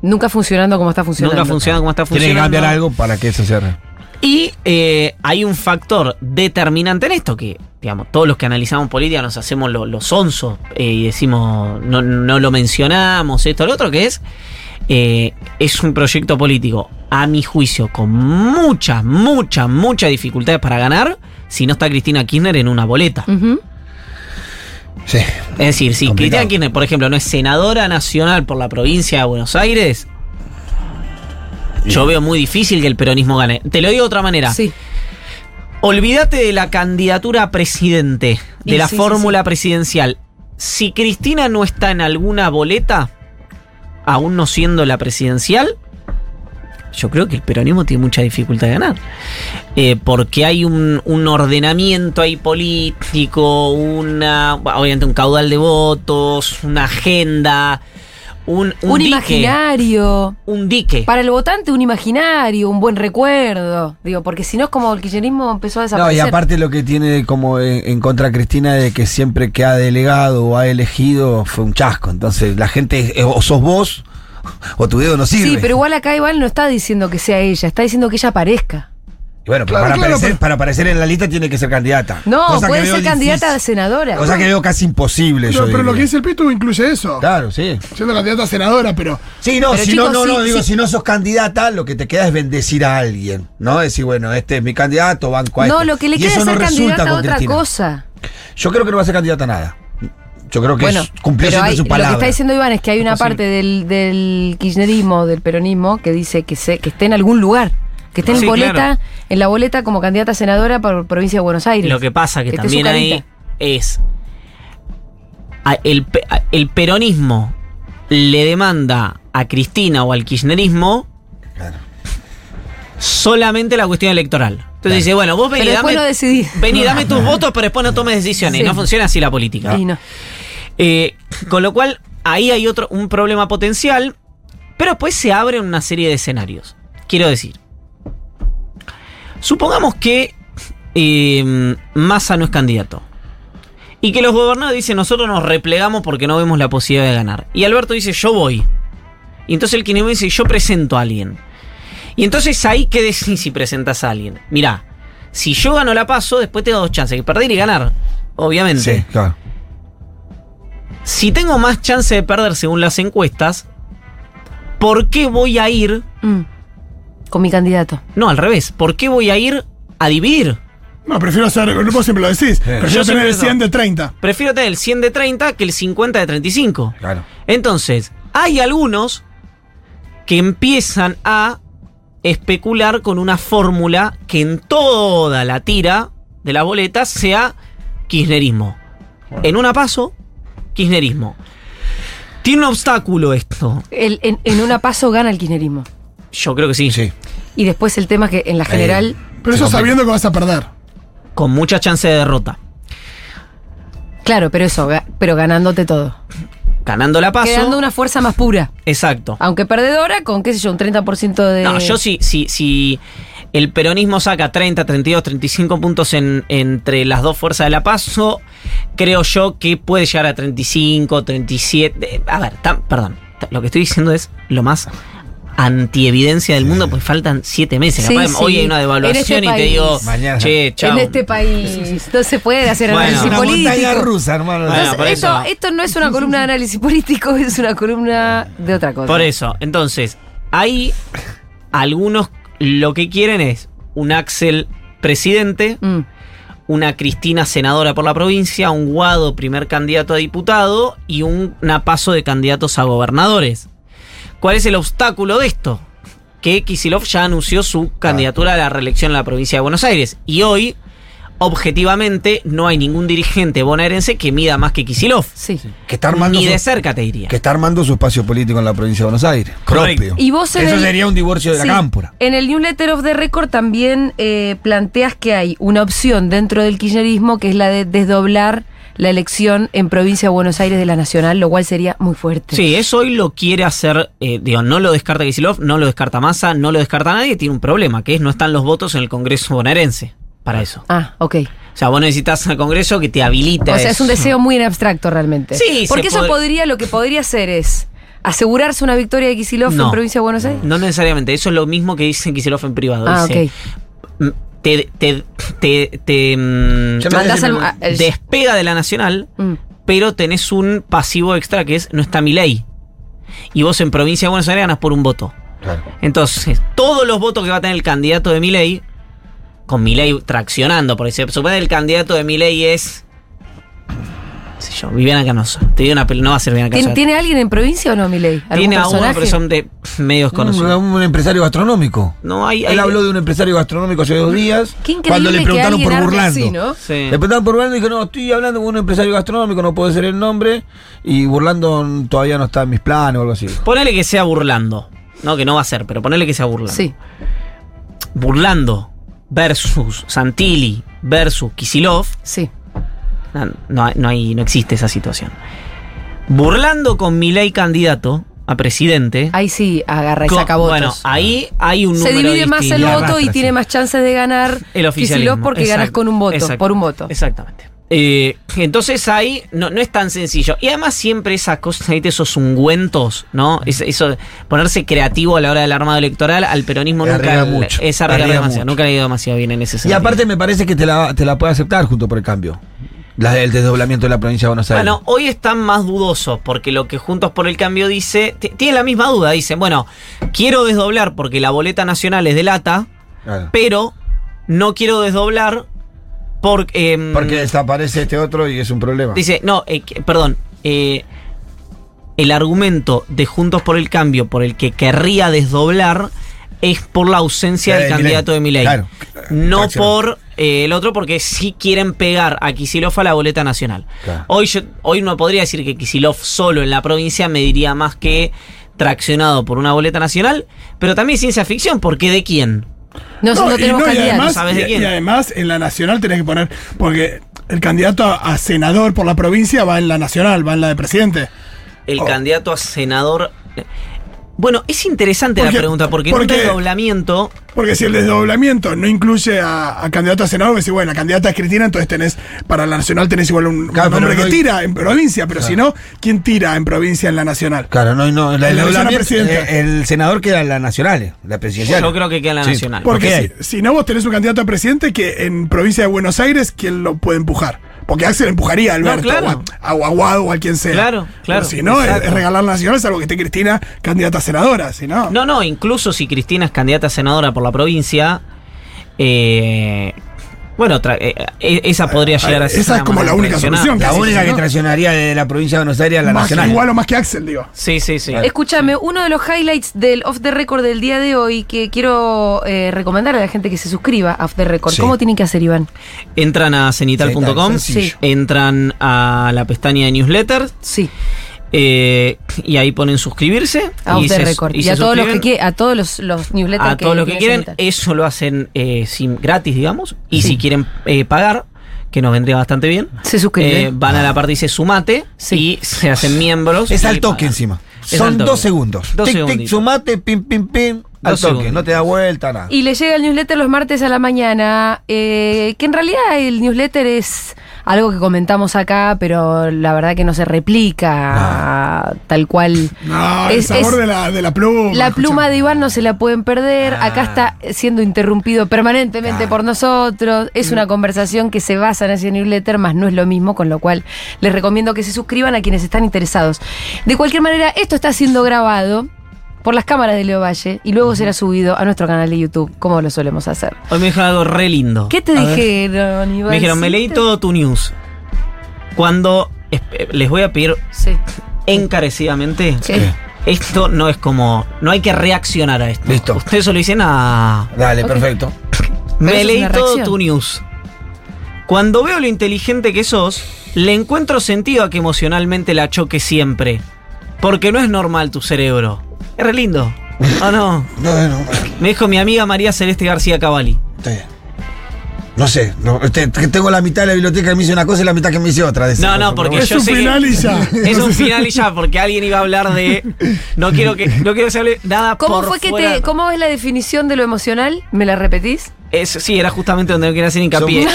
S3: Nunca funcionando como está funcionando.
S4: Nunca funciona como está
S5: Tiene
S4: funcionando.
S5: que cambiar algo para que eso cierre.
S4: Y eh, hay un factor determinante en esto que, digamos, todos los que analizamos política nos hacemos lo- los onzos eh, y decimos, no, no lo mencionamos, esto, lo otro, que es, eh, es un proyecto político, a mi juicio, con muchas, muchas, muchas dificultades para ganar si no está Cristina Kirchner en una boleta.
S3: Ujú.
S5: Sí.
S4: Es decir, si
S5: Complicado.
S4: Cristina Kirchner, por ejemplo, no es senadora nacional por la provincia de Buenos Aires, yo veo muy difícil que el peronismo gane. Te lo digo de otra manera.
S3: Sí.
S4: Olvídate de la candidatura a presidente, de
S3: Y
S4: la
S3: sí, sí,
S4: fórmula presidencial. Si Cristina no está en alguna boleta, aún no siendo la presidencial, yo creo que el peronismo tiene mucha dificultad de ganar. Eh, porque hay un, un ordenamiento ahí político, una, obviamente un caudal de votos, una agenda, un, un
S3: Un
S4: dique.
S3: imaginario.
S4: Un dique.
S3: Para el votante, un imaginario, un buen recuerdo. Digo, porque si no es como el kirchnerismo empezó a
S5: No, y
S3: desaparecer.
S5: aparte lo que tiene como en, en contra Cristina de que siempre que ha delegado o ha elegido fue un chasco. Entonces la gente, eh, o sos vos o tu dedo no sirve.
S3: sí, pero igual acá igual no está diciendo que sea ella, está diciendo que ella aparezca.
S5: Y bueno, pero
S6: Claro,
S5: para,
S6: claro,
S5: aparecer,
S6: pero-
S5: para aparecer en la lista tiene que ser candidata.
S3: No,
S5: Cosa que
S3: puede
S5: veo
S3: ser candidata a
S5: difícil.
S3: senadora.
S5: Cosa que veo casi imposible. yo
S6: Pero, pero lo
S5: diría.
S6: que dice el Pitu incluye eso.
S5: Claro, sí.
S6: Siendo candidata a senadora, pero.
S5: Sí, no,
S3: Pero,
S5: si
S3: chicos,
S5: no, no,
S3: sí,
S5: no, digo,
S3: sí.
S5: si no sos candidata, lo que te queda es bendecir a alguien, ¿no? Decir, bueno, este es mi candidato, banco a
S3: no,
S5: este.
S3: lo que le
S5: Y
S3: queda es
S5: eso
S3: ser
S5: no resulta
S3: candidata a
S5: con
S3: otra
S5: Cristina.
S3: cosa.
S5: Yo creo que no va a ser candidata a nada. Yo creo que
S3: bueno,
S5: es- cumplió
S3: pero
S5: siempre
S3: hay-
S5: su
S3: lo que
S5: palabra.
S3: está diciendo Iván es que hay una
S6: Imposible.
S3: parte del, del kirchnerismo, del peronismo, que dice que, se, que esté en algún lugar, que esté en,
S4: Sí,
S3: boleta,
S4: claro.
S3: en la boleta como candidata a senadora por provincia de Buenos Aires.
S4: Lo que pasa que,
S3: Que esté
S4: también
S3: Este su
S4: ahí
S3: carita.
S4: es a- el, pe- a- el peronismo le demanda a Cristina o al kirchnerismo
S5: Claro.
S4: solamente la cuestión electoral. Entonces
S5: Claro.
S4: dice, bueno, vos vení,
S3: Pero después
S4: dame,
S3: no decidís.
S4: vení, dame tus votos, pero después no tomes decisiones.
S3: Sí.
S4: No funciona así la política.
S3: Y no.
S4: Eh, con lo cual, ahí hay otro, un problema potencial, pero después se abren una serie de escenarios. Quiero decir, supongamos que eh, Massa no es candidato. Y que los gobernadores dicen, nosotros nos replegamos porque no vemos la posibilidad de ganar. Y Alberto dice, yo voy. Y entonces el kirchnerismo dice, yo presento a alguien. Y entonces ahí, ¿qué decís si presentas a alguien? Mirá, si yo gano la paso, después tengo dos chances, que perder y ganar, obviamente.
S5: Sí, claro.
S4: Si tengo más chance de perder según las encuestas, ¿por qué voy a ir?
S3: Mm. Con mi candidato.
S4: No, al revés. ¿Por qué voy a ir a dividir?
S6: No, prefiero hacer. Vos siempre lo decís.
S4: Yo
S5: Eh.
S6: Prefiero
S4: siempre
S6: tener el
S4: lo-
S6: 100 de 30.
S4: Prefiero tener el 100 de 30 que el 50 de 35.
S5: Claro.
S4: Entonces, hay algunos que empiezan a especular con una fórmula que en toda la tira de la boleta sea kirchnerismo. En una paso, kirchnerismo. Tiene un obstáculo esto.
S3: El- en, en una paso gana el kirchnerismo.
S4: Yo creo que
S5: Sí.
S3: Y después el tema es que en la general.
S6: Pero eso sabiendo que vas a perder.
S4: con mucha chance de derrota.
S3: Claro, pero eso, ga- pero ganándote todo.
S4: Ganando la paso.
S3: Quedando una fuerza más pura.
S4: Exacto.
S3: Aunque perdedora, con qué sé yo, un 30% de.
S4: No, yo sí, sí, sí. El peronismo saca 30, 32, 35 puntos en- entre las dos fuerzas de la paso. Creo yo que puede llegar a 35, 37. eh, A ver, tam- perdón. ta- Lo que estoy diciendo es lo más antievidencia del mundo, pues faltan siete meses.
S3: Sí,
S4: Capaz
S3: sí.
S4: Hoy hay una devaluación
S3: En este
S4: y te
S3: país.
S4: digo,
S5: Mañana.
S4: che, chao.
S3: En este país no se puede hacer
S4: Bueno.
S3: análisis
S5: Es una montaña
S3: político.
S5: rusa, hermano.
S4: Bueno,
S3: Entonces,
S4: por eso
S3: esto,
S4: no.
S3: esto no es una columna de análisis político, es una columna de otra cosa.
S4: Por eso, entonces, ahí algunos lo que quieren es un Axel presidente,
S3: Mm.
S4: una Cristina senadora por la provincia, un Guado primer candidato a diputado y un Napaso de candidatos a gobernadores. ¿Cuál es el obstáculo de esto? Que Kisilov ya anunció su candidatura a la reelección en la provincia de Buenos Aires y hoy objetivamente no hay ningún dirigente bonaerense que mida más que Kisilov.
S3: Sí.
S5: que está armando
S4: Ni
S5: su,
S4: de cerca te diría.
S5: que está armando su espacio político en la provincia de Buenos Aires.
S4: Correcto.
S5: Propio.
S3: Y vos en
S5: Eso
S3: el-
S5: sería un divorcio de
S3: Sí.
S5: la cámpora.
S3: En el newsletter of the record también eh, planteas que hay una opción dentro del kirchnerismo que es la de desdoblar la elección en provincia de Buenos Aires de la Nacional, lo cual sería muy fuerte.
S4: Sí, eso hoy lo quiere hacer, eh, digo, no lo descarta Kicillof, no lo descarta Massa, no lo descarta nadie, tiene un problema, que es no están los votos en el Congreso bonaerense para eso.
S3: Ah, ok.
S4: O sea, vos necesitas al Congreso que te habilite.
S3: O
S4: a
S3: sea, es
S4: eso.
S3: un deseo muy en abstracto realmente.
S4: Sí,
S3: Porque
S4: se
S3: eso
S4: pod-
S3: podría, lo que podría hacer es asegurarse una victoria de Kisilov en
S4: No.
S3: provincia de Buenos Aires.
S4: No necesariamente, eso es lo mismo que dice Kicillof en privado.
S3: Ah,
S4: dice, "M- te, te, te, te, mm,
S5: Ya me
S3: Mandás
S5: decís,
S3: al-
S5: me-
S3: a- el-
S4: despega de la nacional,
S3: Mm.
S4: pero tenés un pasivo extra que es no está mi ley. Y vos en provincia de Buenos Aires ganas por un voto.
S5: Claro.
S4: Entonces, todos los votos que va a tener el candidato de Milei, con Milei traccionando, porque se supone que el candidato de Milei es. qué sé yo, Viviana Canosa. Te digo una pel- no va a ser Viviana
S3: ¿Tien-
S4: Canosa.
S3: ¿Tiene alguien en provincia o no, Milei? ¿Algún
S4: Tiene a uno,
S3: personaje?
S4: pero son de pff, medios
S5: Un,
S4: conocidos.
S5: un empresario gastronómico.
S4: No, hay. hay-
S5: Él habló de un empresario gastronómico hace dos días.
S3: Qué increíble
S5: Cuando le
S3: que
S5: preguntaron
S3: alguien
S5: por
S3: arme
S5: burlando.
S3: así, ¿no?
S4: Sí.
S5: Le preguntaron por Burlando y dijo, no, estoy hablando con un empresario gastronómico, no puede ser el nombre. Y Burlando todavía no está en mis planes o algo así.
S4: Ponele que sea burlando. No, que no va a ser, pero ponele que sea burlando.
S3: Sí.
S4: Burlando versus Santilli versus Kisilov.
S3: Sí.
S4: No, no, hay- no hay- no existe esa situación. Burlando con Milei candidato, a presidente.
S3: Ahí sí agarra y
S4: co-
S3: saca votos.
S4: Bueno, ahí hay un
S3: se
S4: número
S3: divide más el
S4: distinto.
S5: La
S3: voto y
S5: arrastra,
S3: tiene
S5: sí.
S3: más chances de ganar
S4: El oficialismo.
S3: Kicillof porque
S4: Exacto,
S3: ganas con un voto,
S4: exacto,
S3: por un voto.
S4: Exactamente. Eh, entonces ahí no, no es tan sencillo. Y además siempre esas cosas, ¿viste? esos ungüentos, ¿no? Es- eso, ponerse creativo a la hora del armado electoral, al peronismo
S5: Le
S4: nunca,
S5: arriesga mucho,
S4: es
S5: le
S4: arriesga
S5: arriesga
S4: demasiado,
S5: mucho.
S4: nunca le ha ido demasiado bien en ese
S5: Y
S4: sentido.
S5: aparte me parece que te la, te la puede aceptar junto por el cambio. La, el desdoblamiento de la provincia de Buenos Aires.
S4: Bueno, hoy están más dudosos porque lo que Juntos por el Cambio dice, t- tiene la misma duda, dicen, bueno, quiero desdoblar porque la boleta nacional es de lata,
S5: Claro.
S4: pero no quiero desdoblar porque... em,
S5: Porque desaparece este otro y es un problema.
S4: Dice, no, eh, que- perdón. eh, el argumento de Juntos por el Cambio por el que querría desdoblar es por la ausencia
S5: Eh,
S4: del
S5: de
S4: candidato de Milei.
S5: Milei. Claro.
S4: No
S5: Reaccionó.
S4: por eh, el otro, porque sí quieren pegar a Kisilov a la boleta nacional.
S5: Claro.
S4: Hoy, yo, hoy no podría decir que Kisilov solo en la provincia me diría más que traccionado por una boleta nacional, pero también es ciencia ficción, porque ¿de quién?
S3: No, no,
S6: No, y,
S3: tenemos
S6: no, y
S3: candidatos.
S6: además,
S4: ¿Sabes de
S6: y-
S4: quién?
S6: y además, en la nacional tenés que poner. Porque el candidato a, a senador por la provincia va en la nacional, va en la de presidente.
S4: El
S6: Oh.
S4: candidato a senador... Bueno, es interesante la
S6: Porque-
S4: pregunta, porque, en
S6: porque-
S4: un desdoblamiento
S6: Porque si el desdoblamiento no incluye a, a candidato a senador, decís, bueno, la candidata es Cristina, entonces tenés, para la nacional tenés igual un, un
S5: Claro, pero
S6: hombre
S5: no
S6: que
S5: hay-
S6: tira en provincia, pero si no, ¿quién tira en provincia en la nacional?
S5: Claro, no, no.
S6: La elección a
S5: la-
S6: presidenta.
S5: eh, el senador queda en la nacional, la presidencial.
S4: Yo creo que queda en la nacional.
S5: ¿por qué
S6: Porque
S5: hay?
S6: si, si no, vos tenés un candidato a presidente que en provincia de Buenos Aires, ¿quién lo puede empujar? Porque Axel empujaría a
S4: No,
S6: Alberto,
S4: claro.
S6: o a, a Guado o a quien sea.
S4: Claro, claro,
S6: Pero si no, es,
S4: exacto.
S6: es regalar la nacional, salvo que esté Cristina candidata a senadora, si no.
S4: No, no, incluso si Cristina es candidata a senadora por la provincia, eh, bueno, tra- eh, eh, esa podría llegar a ser.
S6: Ah, Esa es
S4: una
S6: como
S4: manera
S6: la única
S4: tradicional.
S6: solución.
S5: La
S6: Sí, sí,
S5: única
S6: sí,
S5: que
S6: ¿no?
S5: traicionaría de la provincia de Buenos Aires a la
S6: Más-
S5: nacional.
S6: igual o más que Axel, digo.
S4: Sí, sí, sí.
S3: Escúchame, uno de los highlights del Off the Record del día de hoy que quiero eh, recomendar a la gente que se suscriba a Off the Record.
S5: Sí.
S3: ¿Cómo tienen que hacer, Iván?
S4: Entran a cenital.com,
S5: Sencillo.
S4: entran a la pestaña de newsletters
S3: Sí,
S4: eh, y ahí ponen suscribirse.
S3: a Off
S4: y
S3: the
S4: se-
S3: Record. Y,
S4: se
S3: a todos los que
S4: suscriben.
S3: quie- a todos los, los newsletters
S4: a todos los que
S3: tiene
S4: quieren.
S3: Cenital.
S4: Eso lo hacen eh, sin, gratis, digamos. Y si quieren eh, pagar, que nos vendría bastante bien.
S3: Se suscriben.
S4: eh, van a la parte y dice sumate
S3: Sí.
S4: y se hacen miembros.
S5: Es
S4: y
S5: al toque
S4: pagan.
S5: encima.
S4: Es al
S5: Son
S4: toque.
S5: dos segundos.
S4: Dos
S5: tic, tic,
S4: segunditos.
S5: sumate, pim, pim, pim. Al
S4: Dos
S5: toque.
S4: segundos.
S5: No te da vuelta, nada.
S3: Y le llega el newsletter los martes a la mañana, eh, que en realidad el newsletter es algo que comentamos acá, pero la verdad que no se replica tal cual.
S6: No, el
S3: Es-
S6: sabor
S3: es-
S6: de, la, de la pluma.
S3: La
S6: escucha.
S3: pluma de Iván no se la pueden perder.
S5: Ah.
S3: Acá está siendo interrumpido permanentemente
S5: Claro.
S3: por nosotros. Es una conversación que se basa en ese newsletter, más no es lo mismo, con lo cual les recomiendo que se suscriban a quienes están interesados. De cualquier manera, esto está siendo grabado por las cámaras de Leo Valle y luego será subido a nuestro canal de YouTube, como lo solemos hacer.
S4: Hoy me dijeron algo re lindo.
S3: ¿Qué te
S4: A ver.
S3: dijeron, Iván?
S4: Me dijeron, me leí todo tu news. Cuando esp- eh, les voy a pedir
S3: Sí.
S4: encarecidamente,
S3: Sí.
S4: esto no es como. No hay que reaccionar a esto.
S5: Listo.
S4: Ustedes solo dicen "Ah, a.
S5: Dale,
S3: Ok.
S5: perfecto.
S3: eso
S4: Me
S3: es
S4: leí
S3: una
S4: todo
S3: reacción.
S4: tu news. Cuando veo lo inteligente que sos, le encuentro sentido a que emocionalmente la choque siempre. Porque no es normal tu cerebro. Es re lindo. ¿O no?
S5: No, no,
S4: Me dijo mi amiga María Celeste García Cavalli.
S5: está bien. No sé, no, este, que tengo la mitad de la biblioteca que me dice una cosa y la mitad que me dice otra. de
S4: No,
S5: esa
S4: no,
S5: cosa,
S4: porque
S5: pero
S6: Es
S4: yo
S6: un
S4: sé que-
S6: final y ya.
S4: Es un final y ya, porque alguien iba a hablar de. No quiero que, no quiero que se hable nada
S3: ¿Cómo
S4: por
S3: fue que
S4: fuera.
S3: te, cómo es la definición de lo emocional? ¿Me la repetís?
S4: Es- sí, era justamente donde no quería hacer hincapié.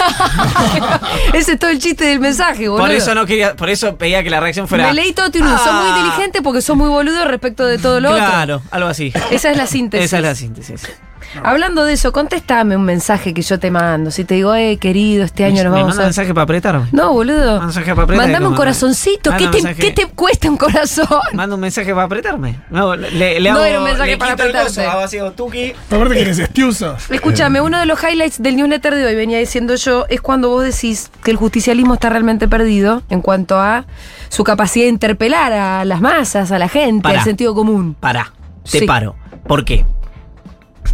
S3: Ese es todo el chiste del mensaje, boludo.
S4: Por eso no quería, por eso pedía que la reacción fuera. Ah,
S3: Me leí todo tu news. Sos muy inteligente porque sos muy boludo respecto de todo lo otro.
S4: Claro, algo así.
S3: Esa es la síntesis.
S4: Esa es la síntesis.
S3: Hablando de eso, contestame un mensaje que yo te mando. Si te digo, eh, querido, este año nos
S4: ¿Me
S3: vamos
S4: manda
S3: a.
S4: mensaje para apretar?
S3: No, boludo.
S4: Mensaje para apretar,
S3: Mandame un
S4: como-
S3: corazoncito.
S4: Manda
S3: ¿Qué
S4: un
S3: te,
S4: mensaje.
S3: ¿Qué te cuesta un corazón?
S4: Manda un mensaje para apretarme. No, le, le
S3: No
S4: hago,
S3: era un mensaje
S4: le
S3: para
S4: quito el
S3: apretarte.
S4: gozo, hago así, hago tuki.
S6: Aparte
S3: Eh,
S6: que eres estiuso.
S3: Escúchame, uno de los highlights del newsletter de hoy, venía diciendo yo, es cuando vos decís que el justicialismo está realmente perdido en cuanto a su capacidad de interpelar a las masas, a la gente,
S4: Pará.
S3: al sentido común.
S4: Pará, te
S3: Sí.
S4: paro. ¿Por qué?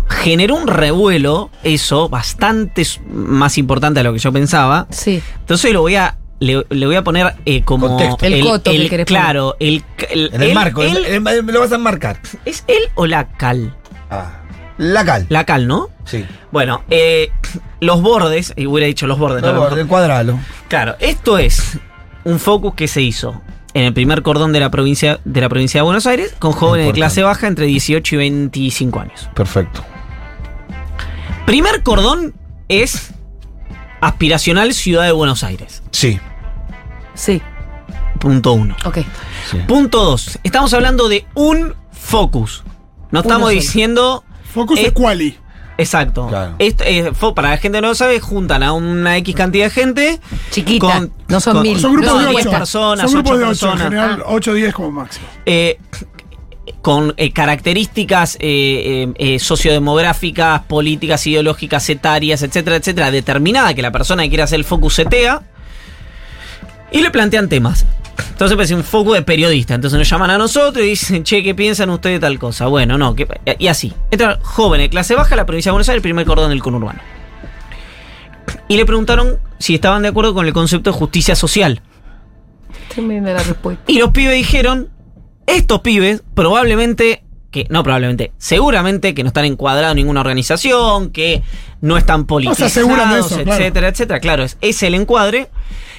S4: Generó un revuelo, eso, bastante s- más importante de lo que yo pensaba.
S3: Sí.
S4: Entonces lo voy a. Le, le voy a poner eh, como.
S5: Contexto.
S3: El coto que querés poner.
S4: Claro, el. el,
S5: En el,
S4: el-
S5: marco, en-
S4: el-
S5: en- en- lo vas a marcar.
S4: ¿Es él o la cal?
S5: Ah, la cal.
S4: La cal, ¿no?
S5: Sí.
S4: Bueno, eh, los bordes, y hubiera dicho los bordes, ¿no?
S5: Encuadralo.
S4: Claro, esto es un focus que se hizo en el primer cordón de la provincia de, la provincia de Buenos Aires con jóvenes de
S5: Importante.
S4: clase baja entre 18 y 25 años.
S5: Perfecto.
S4: Primer cordón es aspiracional Ciudad de Buenos Aires.
S5: Sí.
S3: Sí,
S4: Punto uno.
S3: ok.
S4: Punto dos. Estamos hablando de un focus. No estamos
S3: solo.
S4: diciendo.
S6: Focus
S4: Eh,
S6: es quali.
S4: Exacto.
S5: Claro.
S4: Esto, eh, fo- para la gente que no lo sabe, juntan a una X cantidad de gente.
S3: Chiquita, no son mil.
S6: Son grupos
S3: No,
S6: de
S4: diez
S6: ocho.
S4: personas,
S6: son grupos
S4: ocho
S6: de ocho. En
S4: personas.
S3: Ah.
S6: general, ocho o diez como máximo.
S4: eh, con eh, características eh, eh, eh, sociodemográficas, políticas, ideológicas, etarias, etcétera, etcétera, determinada que la persona que quiera hacer el focus setea y le plantean temas. Entonces parece un focus de periodista. Entonces nos llaman a nosotros y dicen, che, ¿qué piensan ustedes de tal cosa? Bueno, no, ¿qué pa-?" y así. Entra joven de clase baja, la provincia de Buenos Aires, el primer cordón del conurbano. Y le preguntaron si estaban de acuerdo con el concepto de justicia social.
S3: Tremenda la respuesta.
S4: Y los pibes dijeron, estos pibes probablemente, que no probablemente, seguramente que no están encuadrados en ninguna organización, que no están
S6: No
S4: politizados,
S6: se aseguran de eso, claro.
S4: etcétera, etcétera. Claro, es, es el encuadre,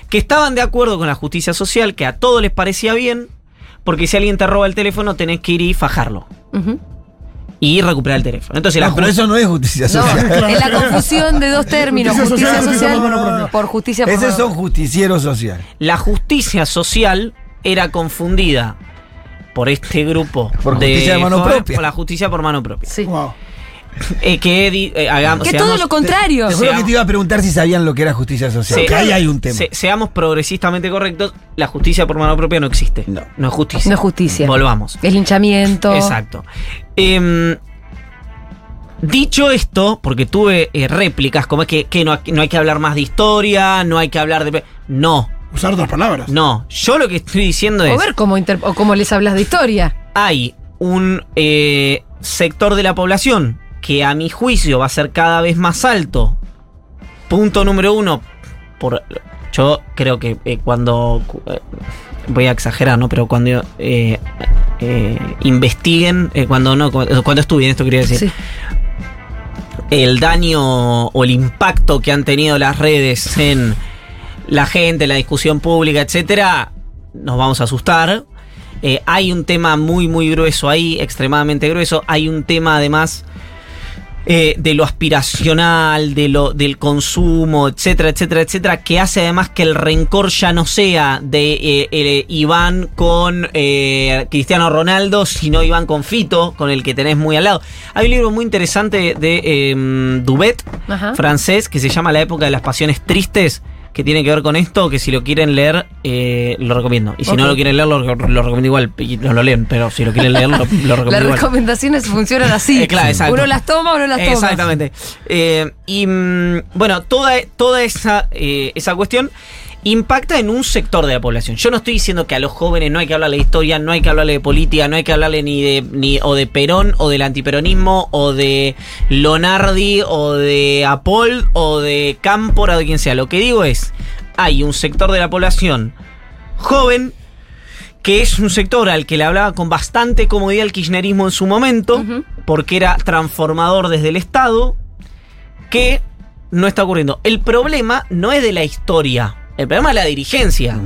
S4: que estaban de acuerdo con la justicia social, que a todos les parecía bien, porque si alguien te roba el teléfono tenés que ir y fajarlo.
S3: Ujú.
S4: Y recuperar el teléfono. Entonces, la
S5: Ah, pero
S4: ju-
S5: eso no es justicia
S3: No,
S5: social.
S3: es la confusión de dos términos,
S6: Justicia
S3: justicia
S6: social,
S3: social,
S6: justicia por mano propia.
S3: por justicia por
S5: Ese es
S3: mano-
S5: un justiciero social.
S4: la justicia social era confundida por este grupo
S5: Por justicia de mano
S4: jóvenes,
S5: propia.
S4: por la justicia por mano propia.
S3: Sí.
S6: Wow.
S4: Eh, que di- eh, hagamos,
S3: Que todo
S4: seamos-
S3: lo contrario.
S5: Te juro
S4: sea-
S5: que te iba a preguntar si sabían lo que era justicia social.
S4: Se-
S5: que ahí hay un tema.
S4: se- seamos progresistamente correctos, la justicia por mano propia no existe.
S5: No.
S4: es justicia.
S3: No es justicia.
S4: Volvamos.
S3: Es linchamiento.
S4: Exacto. Em, dicho esto, porque tuve eh, réplicas, como es que, que no, hay- no hay que hablar más de historia, no hay que hablar de... No,
S6: Usar otras palabras.
S4: no. Yo lo que estoy diciendo
S3: O
S4: es,
S3: ver cómo, inter- o cómo les hablas de historia.
S4: hay un eh, sector de la población que a mi juicio va a ser cada vez más alto. Punto número uno, por, yo creo que eh, cuando. cu- eh, voy a exagerar, ¿no? Pero cuando eh, eh, investiguen, eh, cuando no, cuando, cuando estudien, esto quería decir.
S3: Sí.
S4: El daño o el impacto que han tenido las redes en la gente, la discusión pública, etcétera, nos vamos a asustar. Eh, hay un tema muy, muy grueso ahí, extremadamente grueso. Hay un tema además eh, de lo aspiracional, de lo, del consumo, etcétera, etcétera, etcétera, que hace además que el rencor ya no sea de eh, eh, Iván con eh, Cristiano Ronaldo, sino Iván con Fito, con el que tenés muy al lado. Hay un libro muy interesante de eh, Dubet,
S3: Ajá.
S4: francés, que se llama La época de las pasiones tristes, que tiene que ver con esto, que si lo quieren leer, eh, lo recomiendo. Y si no
S3: Ok.
S4: lo quieren leer, lo, lo recomiendo igual, y no lo leen, pero si lo quieren leer, lo, lo recomiendo
S3: Las
S4: igual.
S3: recomendaciones funcionan así.
S4: Eh, claro, exacto.
S3: Uno las toma, uno las toma.
S4: Exactamente. Eh, y mm, bueno, toda, toda esa, eh, esa cuestión impacta en un sector de la población. Yo no estoy diciendo que a los jóvenes no hay que hablarle de historia, no hay que hablarle de política, no hay que hablarle ni de ni o de Perón o del antiperonismo o de Lonardi o de Apol o de Cámpora o de quien sea. Lo que digo es, hay un sector de la población joven que es un sector al que le hablaba con bastante comodidad el kirchnerismo en su momento, porque era transformador desde el Estado, que no está ocurriendo. El problema no es de la historia, el problema es la dirigencia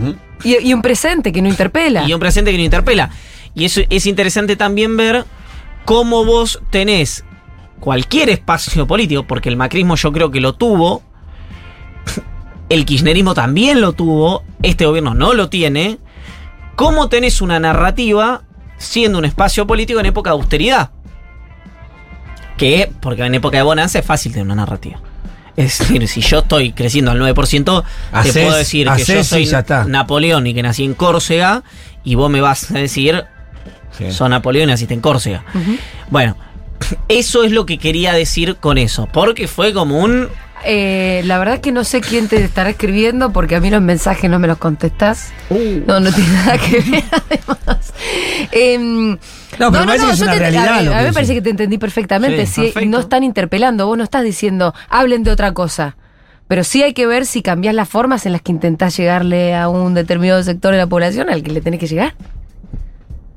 S3: Y, y un presente que no interpela.
S4: y un presente que nos interpela. Y eso es interesante también ver cómo vos tenés cualquier espacio político, porque el macrismo yo creo que lo tuvo, el kirchnerismo también lo tuvo, este gobierno no lo tiene. ¿Cómo tenés una narrativa siendo un espacio político en época de austeridad? Que, porque en época de bonanza es fácil tener una narrativa. Es decir, si yo estoy creciendo al 9%, te
S5: Hacés-
S4: puedo decir que yo
S5: hacés y
S4: soy
S5: ya está.
S4: Napoleón y que nací en Córcega, y vos me vas a decir,
S5: Sí.
S4: son Napoleón y naciste en Córcega.
S3: Ujú.
S4: Bueno, eso es lo que quería decir con eso, porque fue como un...
S3: Eh, la verdad que no sé quién te estará escribiendo porque a mí los mensajes no me los contestás. No, no tiene nada que ver, además. Em,
S5: pero parece que es
S3: yo
S5: una
S3: te-
S5: realidad
S3: A, ver, a
S5: lo
S3: mí
S5: que
S3: me
S5: decís.
S3: parece que te entendí perfectamente.
S4: Sí,
S3: si
S4: perfecto.
S3: no están interpelando, vos no estás diciendo, hablen de otra cosa. Pero sí hay que ver si cambiás las formas en las que intentás llegarle a un determinado sector de la población al que le tenés que llegar.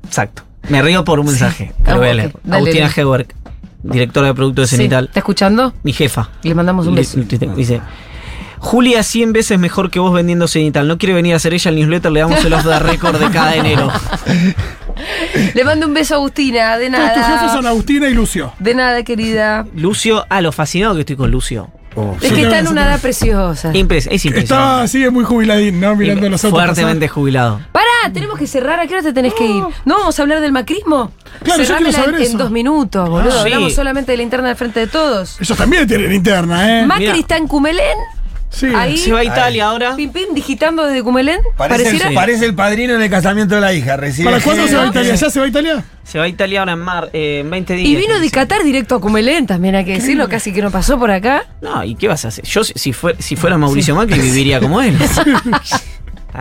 S4: Exacto. Me río por un mensaje, pero
S3: Ah,
S4: voy a
S3: ok.
S4: leer.
S3: Dale,
S4: Agustina
S3: dale.
S4: Heberg, directora de producto de
S3: Sí.
S4: Cenital,
S3: ¿Está escuchando?
S4: mi jefa.
S3: Le mandamos un
S4: Le-
S3: beso.
S4: le- le- Dice, Julia 100 veces mejor que vos vendiendo Cenital. No quiere venir a hacer ella el newsletter, le damos el off the record de cada enero.
S3: Le mando un beso a Agustina, de
S6: Todos tus jefes son
S3: nada.
S6: Agustina y Lucio.
S3: De nada, querida.
S4: Lucio, ah, lo fascinado que estoy con Lucio.
S5: Oh,
S3: Es que está en una edad preciosa.
S4: Impres- es
S6: Está,
S4: impresionante.
S6: sigue muy jubiladín, ¿no? Mirando los autos.
S4: Fuertemente jubilado.
S3: Pará, tenemos que cerrar. ¿A qué hora te tenés que ir? ¿No vamos a hablar del macrismo?
S6: Claro, yo
S3: Cerrámela
S6: quiero saber
S3: en, en
S6: eso.
S3: dos minutos, boludo.
S4: Ah, sí.
S3: Hablamos solamente de la interna del frente de todos.
S6: pasar. Ellos también tienen interna, ¿eh?
S3: Macri
S4: mirá.
S3: está en Cumelén.
S6: Sí.
S3: Ahí.
S4: Se va a Italia ahora.
S3: Pim Pim digitando desde Cumelén.
S5: Parece
S3: Pareciera.
S5: el, parece el padrino en el casamiento de la hija. Recibe
S6: ¿Para cuándo se va a Italia? ¿Ya se va a Italia?
S4: Se va a Italia ahora en mar, eh, en 20 días.
S3: Y vino de
S4: dice.
S3: Qatar directo a Cumelén también, hay que decirlo, casi que no pasó por acá.
S4: No, ¿y qué vas a hacer? Yo, si, si fue- si fuera Mauricio Macri, viviría como él. Está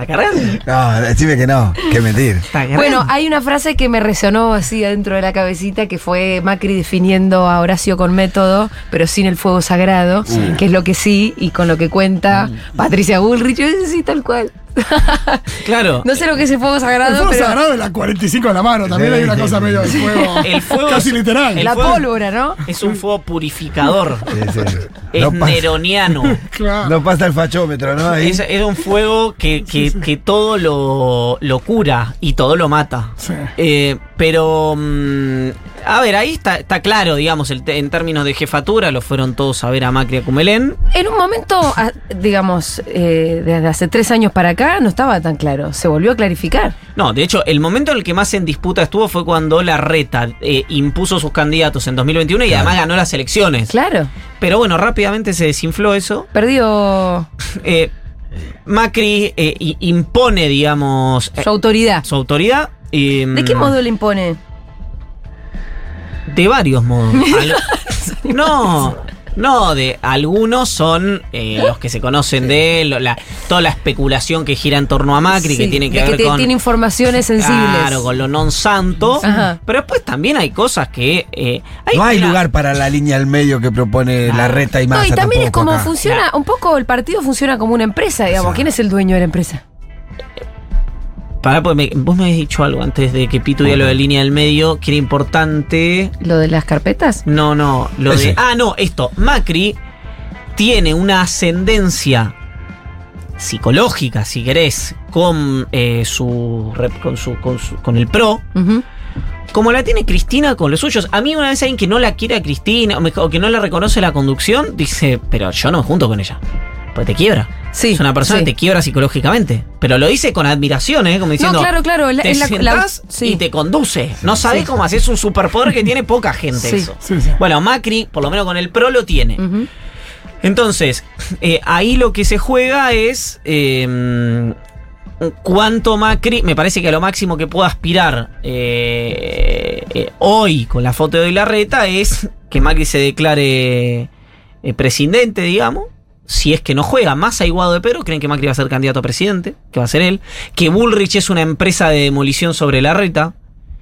S4: cargando.
S5: No, decime que no, que mentir.
S4: Está cargando.
S3: Bueno, ah, hay una frase que me resonó así adentro de la cabecita que fue Macri definiendo a Horacio con método, pero sin el fuego sagrado, que es lo que sí y con lo que cuenta
S4: Mm.
S3: Patricia Bullrich. Yo dije, sí, tal cual.
S4: claro.
S3: no sé lo que es el fuego
S6: El
S3: sagrado,
S6: fuego
S3: pero
S6: sagrado de la 45 de la mano. También hay una cosa medio de fuego.
S4: El fuego
S6: Casi
S4: es-
S6: literal.
S4: el
S3: la
S4: fuego-
S3: pólvora, ¿no?
S4: Es un fuego purificador.
S5: Sí, sí.
S4: Es
S5: No, pasa,
S4: neroniano.
S6: Claro.
S5: no pasa el fachómetro, ¿no? Ahí.
S4: Es, es un fuego que, que- que todo lo, lo cura y todo lo mata.
S6: Sí.
S4: Eh, pero, mm, a ver, ahí está, está claro, digamos, el te- en términos de jefatura, lo fueron todos a ver a Macri a Cumelén.
S3: En un momento, a- digamos, eh, desde hace tres años para acá, no estaba tan claro. Se volvió a clarificar.
S4: No, de hecho, el momento en el que más en disputa estuvo fue cuando la reta impuso sus candidatos en 2021 y además ganó las elecciones.
S3: Claro.
S4: Pero bueno, rápidamente se desinfló eso.
S3: Perdió
S4: Eh, Macri eh, i- impone, digamos, eh,
S3: su autoridad.
S4: su autoridad. eh,
S3: ¿De qué modo le impone?
S4: De varios modos. Al- no, no, de algunos son eh, los que se conocen de él, la- toda la especulación que gira en torno a Macri, que
S3: Sí,
S4: tiene que
S3: de
S4: ver
S3: te-
S4: con...
S3: tiene informaciones sensibles.
S4: Claro, con lo non santo.
S3: Ajá.
S4: Pero después también hay cosas que. eh,
S5: no hay
S4: mira, Ah.
S5: lugar para la línea al medio que propone la reta y más.
S3: No, y también es como funciona,
S4: Claro.
S3: un poco el partido funciona como una empresa, digamos. ¿Quién es el dueño de la empresa?
S4: Pará, porque me- vos me habías dicho algo antes de que Pitu diga lo de línea del medio, que era importante.
S3: ¿Lo de las carpetas?
S4: No, no, lo
S5: Ese.
S4: de. Ah, no, esto. Macri tiene una ascendencia psicológica, si querés, con eh, su, rep- con su- con su- con el PRO,
S3: Ujú.
S4: como la tiene Cristina con los suyos. A mí una vez alguien que no la quiere a Cristina o me- o que no le reconoce la conducción, dice, pero yo no me junto con ella. Pues te quiebra.
S3: Sí,
S4: es una persona
S3: sí.
S4: que te quiebra psicológicamente. Pero lo dice con admiración, ¿eh? Como diciendo.
S3: no, claro, claro. la-
S4: Te
S3: es la- la-
S4: sentás
S3: sí.
S4: y te conduce. No sabés cómo haces un superpoder que tiene poca gente
S3: Sí.
S4: eso.
S6: Sí, sí.
S4: Bueno, Macri, por lo menos con el PRO, lo tiene.
S3: Ujú.
S4: Entonces, eh, ahí lo que se juega es eh, cuánto Macri, me parece que a lo máximo que pueda aspirar eh, eh, hoy con la foto de hoy la reta es que Macri se declare eh, presidente, digamos. Si es que no juega más aiguado de Pedro, creen que Macri va a ser candidato a presidente, que va a ser él, que Bullrich es una empresa de demolición sobre la reta.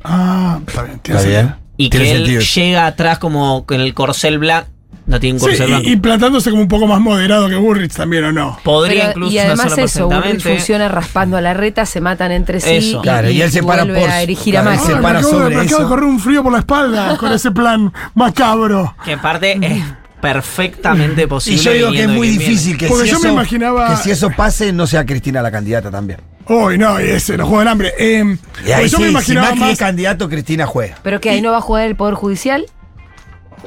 S6: Ah, está bien. tiene
S5: Está bien.
S6: sentido.
S4: Y
S5: Tiene
S4: que él
S5: sentido.
S4: llega atrás como con el corcel blanco. No tiene un
S6: Sí,
S4: corcel blanco.
S6: y, y plantándose como un poco más moderado que Burrich también, ¿o no?
S4: Podría
S3: Pero-
S4: incluso
S3: y además
S4: hacerlo
S3: eso, Bullrich
S4: perfectamente.
S3: funciona raspando a la reta, se matan entre sí.
S4: Eso.
S5: Claro, y él se para
S3: vuelve
S5: por-
S3: a erigir a
S5: claro,
S3: Macri.
S5: se
S6: Ay,
S5: para
S6: me acabo de-
S5: sobre
S6: me acabo de
S5: eso.
S6: correr un frío por la espalda con ese plan macabro.
S4: Que aparte es
S3: Mm.
S4: perfectamente
S5: Y
S4: posible.
S5: yo digo que es
S4: viniendo de
S5: muy
S4: quien viene.
S5: difícil que
S6: Porque
S5: si,
S6: yo me
S5: eso,
S6: imaginaba-
S5: que si eso pase, no sea Cristina la candidata también.
S6: Uy, no, y ese, los juegos del hambre. Eh,
S5: Y ahí
S6: pues yo
S5: sí,
S6: me
S5: si
S6: imaginaba
S5: Macri
S6: más.
S5: es candidato, Cristina juega.
S3: Pero que ahí no va a jugar el Poder Judicial.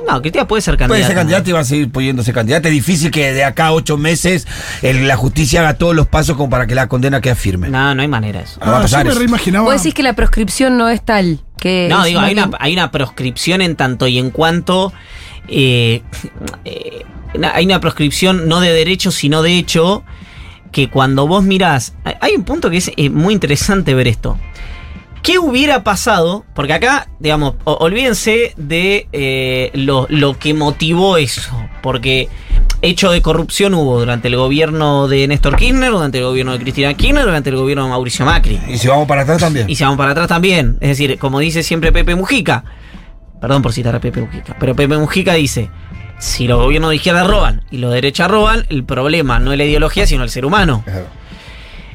S4: No, Cristina puede ser candidata.
S5: Puede ser candidata y va a seguir pudiéndose candidata. Es difícil que de acá a ocho meses el- la justicia haga todos los pasos como para que la condena quede firme.
S4: No, no hay manera de eso.
S5: No va a
S6: Ah,
S5: pasar
S6: yo me
S5: eso.
S6: reimaginaba.
S3: Vos decís que la proscripción no es tal. Que
S4: No,
S3: es
S4: digo,
S3: más
S4: hay una,
S3: bien-
S4: hay una proscripción en tanto y en cuanto. eh, eh, na- hay una proscripción no de derecho, sino de hecho. Que cuando vos mirás. hay- Hay un punto que es eh, muy interesante ver esto. ¿Qué hubiera pasado? Porque acá, digamos, o- olvídense de eh, lo, lo que motivó eso. Porque hecho de corrupción hubo durante el gobierno de Néstor Kirchner, durante el gobierno de Cristina Kirchner, durante el gobierno de Mauricio Macri.
S5: Y si vamos para atrás también.
S4: Y se van para atrás también. Es decir, como dice siempre Pepe Mujica, perdón por citar a Pepe Mujica, pero Pepe Mujica dice, si los gobiernos de izquierda roban y los de derecha roban, el problema no es la ideología, sino el ser humano.
S5: Claro.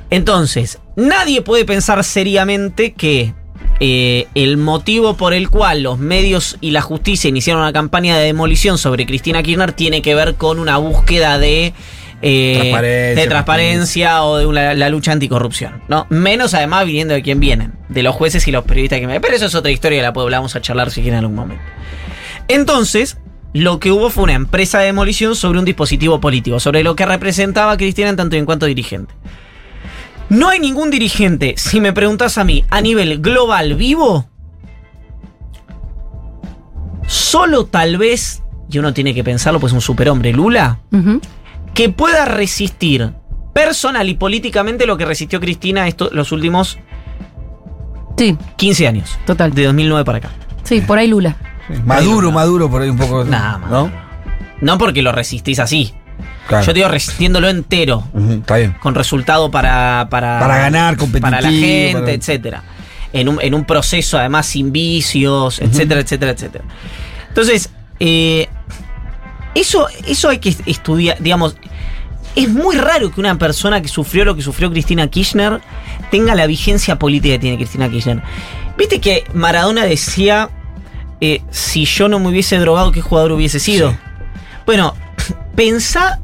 S4: Entonces, nadie puede pensar seriamente que eh, el motivo por el cual los medios y la justicia iniciaron una campaña de demolición sobre Cristina Kirchner tiene que ver con una búsqueda de eh,
S5: Transparencia,
S4: de transparencia o de una- la lucha anticorrupción, ¿no? Menos además viniendo de quien vienen, de los jueces y los periodistas que me... Pero eso es otra historia, la podemos a charlar si quieren en algún momento. Entonces, lo que hubo fue una empresa de demolición sobre un dispositivo político, sobre lo que representaba a Cristina en tanto y en cuanto dirigente. No hay ningún dirigente, si me preguntas a mí, a nivel global vivo. Solo tal vez, y uno tiene que pensarlo, pues un superhombre, Lula,
S3: Ujú.
S4: que pueda resistir personal y políticamente lo que resistió Cristina esto- los últimos
S3: Sí,
S4: 15 años.
S3: Total.
S4: De 2009 para acá.
S3: sí, por ahí Lula.
S5: Maduro, maduro, por ahí un poco.
S4: Nada más.
S5: ¿No?
S4: No porque lo resistís así.
S5: Claro.
S4: Yo te digo resistiéndolo entero.
S5: Ujú, está bien.
S4: con resultado para para,
S5: Para ganar, competitivo,
S4: para la gente,
S5: para-
S4: etcétera. En un, en un proceso además sin vicios, etcétera, etcétera, etcétera. Entonces, eh, eso, eso hay que estudiar, digamos, es muy raro que una persona que sufrió lo que sufrió Cristina Kirchner tenga la vigencia política que tiene Cristina Kirchner. Viste que Maradona decía, eh, si yo no me hubiese drogado, ¿qué jugador hubiese sido? Bueno, pensá,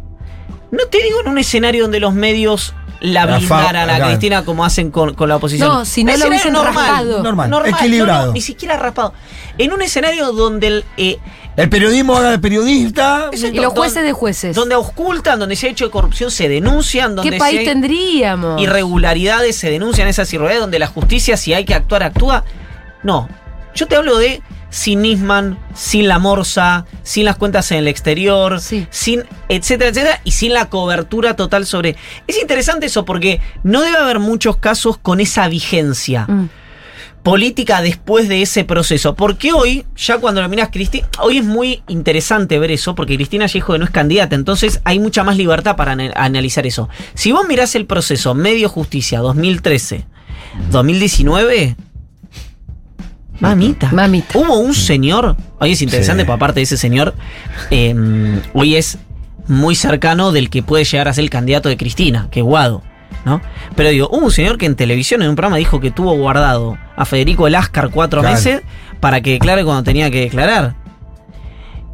S4: no te digo en un escenario donde los medios la
S5: La fa-
S4: blindaran a
S5: acá.
S4: Cristina como hacen con, con la oposición.
S3: No, si no la
S4: Escenario
S3: hubiesen raspado.
S5: Normal,
S4: no,
S5: equilibrado.
S4: no, ni siquiera raspado. En un escenario donde el... eh,
S5: El periodismo haga de periodista.
S4: es
S3: Y
S4: esto,
S3: los jueces
S4: donde-
S3: de jueces.
S4: Donde ocultan, donde se ha hecho de corrupción, se denuncian, donde
S3: ¿Qué
S4: si
S3: país
S4: hay
S3: tendríamos?
S4: irregularidades, se denuncian esas irregularidades, donde la justicia, si hay que actuar, actúa. No, yo te hablo de sin Nisman, sin la morsa, sin las cuentas en el exterior,
S3: Sí.
S4: sin etcétera, etcétera, y sin la cobertura total sobre... Es interesante eso porque no debe haber muchos casos con esa vigencia
S3: Mm.
S4: política después de ese proceso. Porque hoy, ya cuando lo miras, Cristina, hoy es muy interesante ver eso, porque Cristina Vallejo no es candidata, entonces hay mucha más libertad para ana- analizar eso. Si vos mirás el proceso Medio Justicia 2013, 2019. Mamita.
S3: Mamita.
S4: Hubo un señor. Hoy es interesante,
S5: Sí.
S4: porque aparte de ese señor, eh, hoy es muy cercano del que puede llegar a ser el candidato de Cristina, que es Guado. ¿no? Pero digo, hubo un señor que en televisión, en un programa, dijo que tuvo guardado a Federico Eláscar cuatro
S5: Claro.
S4: meses para que declare cuando tenía que declarar.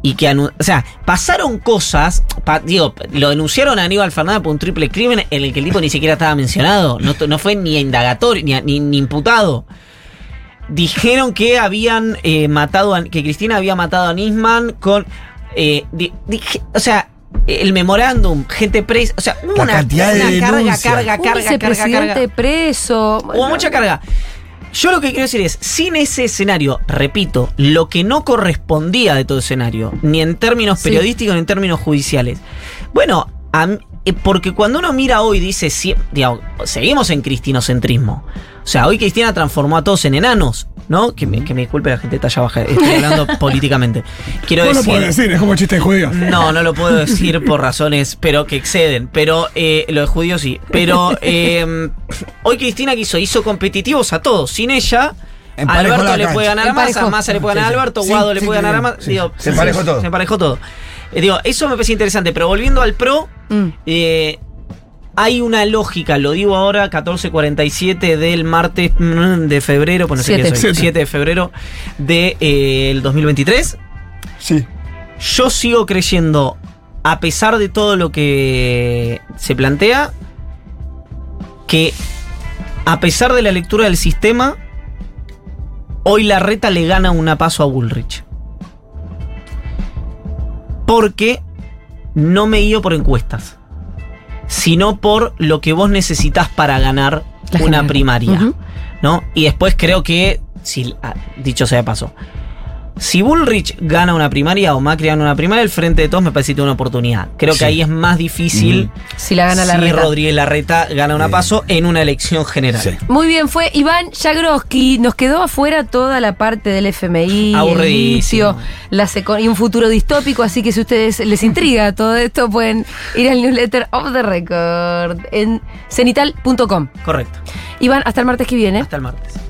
S4: Y que anu- O sea, pasaron cosas. pa- digo, lo denunciaron a Aníbal Fernández por un triple crimen en el que el tipo ni siquiera estaba mencionado. No, to- no fue ni indagatorio, ni, a- ni- ni imputado. Dijeron que habían eh, matado a- que Cristina había matado a Nisman con. eh, di- dije- o sea, el memorándum, gente presa. O sea, una,
S5: cantidad de
S4: una carga,
S5: denuncias.
S4: carga,
S3: Un
S4: carga, carga,
S3: vicepresidente
S4: carga.
S3: preso.
S4: Hubo mucha carga. Yo lo que quiero decir es, sin ese escenario, repito, lo que no correspondía de todo escenario, ni en términos
S3: Sí.
S4: periodísticos ni en términos judiciales. Bueno, a mí- eh, porque cuando uno mira hoy, dice, si- digamos, seguimos en cristinocentrismo. O sea, hoy Cristina transformó a todos en enanos, ¿no? Que me, que me disculpe la gente, está allá abajo, estoy hablando políticamente. Quiero
S6: Vos lo
S4: decir...
S6: podés decir, es como chiste de judío.
S4: No, no lo puedo decir por razones, pero que exceden. Pero eh, lo de judío sí. Pero eh, hoy Cristina quiso, hizo competitivos a todos. Sin ella,
S5: Emparejó
S4: Alberto
S5: la
S4: le
S5: cancha.
S4: puede ganar a Massa,
S3: Emparejó.
S4: Massa le puede ganar a
S5: Sí, sí.
S4: Alberto,
S5: Sí,
S4: Guado le
S5: sí,
S4: puede ganar a
S5: sí,
S4: Massa.
S5: sí.
S4: Digo,
S5: Se emparejó todo.
S4: Se emparejó todo. Eh, digo, eso me parece interesante. Pero volviendo al pro,
S3: Mm.
S4: eh, hay una lógica, lo digo ahora, 14.47 del martes mm, de febrero, pues no sé qué
S3: Siete.
S4: es hoy,
S6: Siete.
S4: 7 de febrero eh, del 2023.
S6: Sí.
S4: Yo sigo creyendo, a pesar de todo lo que se plantea, que a pesar de la lectura del sistema, hoy la reta le gana una paso a Bullrich. Porque no me guío por encuestas, sino por lo que vos necesitas para ganar
S3: La
S4: una
S3: general.
S4: primaria.
S3: Ujú.
S4: ¿no? Y después creo que, si, ah, dicho sea de paso, si Bullrich gana una primaria o Macri gana una primaria, el frente de todos me parece que tiene una oportunidad. Creo que
S5: Sí.
S4: ahí es más difícil
S3: Si la gana la
S4: si
S3: reta.
S4: Rodríguez Larreta gana una
S5: Eh.
S4: paso en una elección general.
S5: Sí.
S3: Muy bien, fue Iván Jagroski. Nos quedó afuera toda la parte del FMI, el
S4: Aburridísimo.
S3: litio, las eco- y un futuro distópico. Así que si ustedes les intriga todo esto, pueden ir al newsletter of the record en cenital.com.
S4: Correcto.
S3: ¿Eh? Iván, hasta el martes que viene.
S4: Hasta el martes.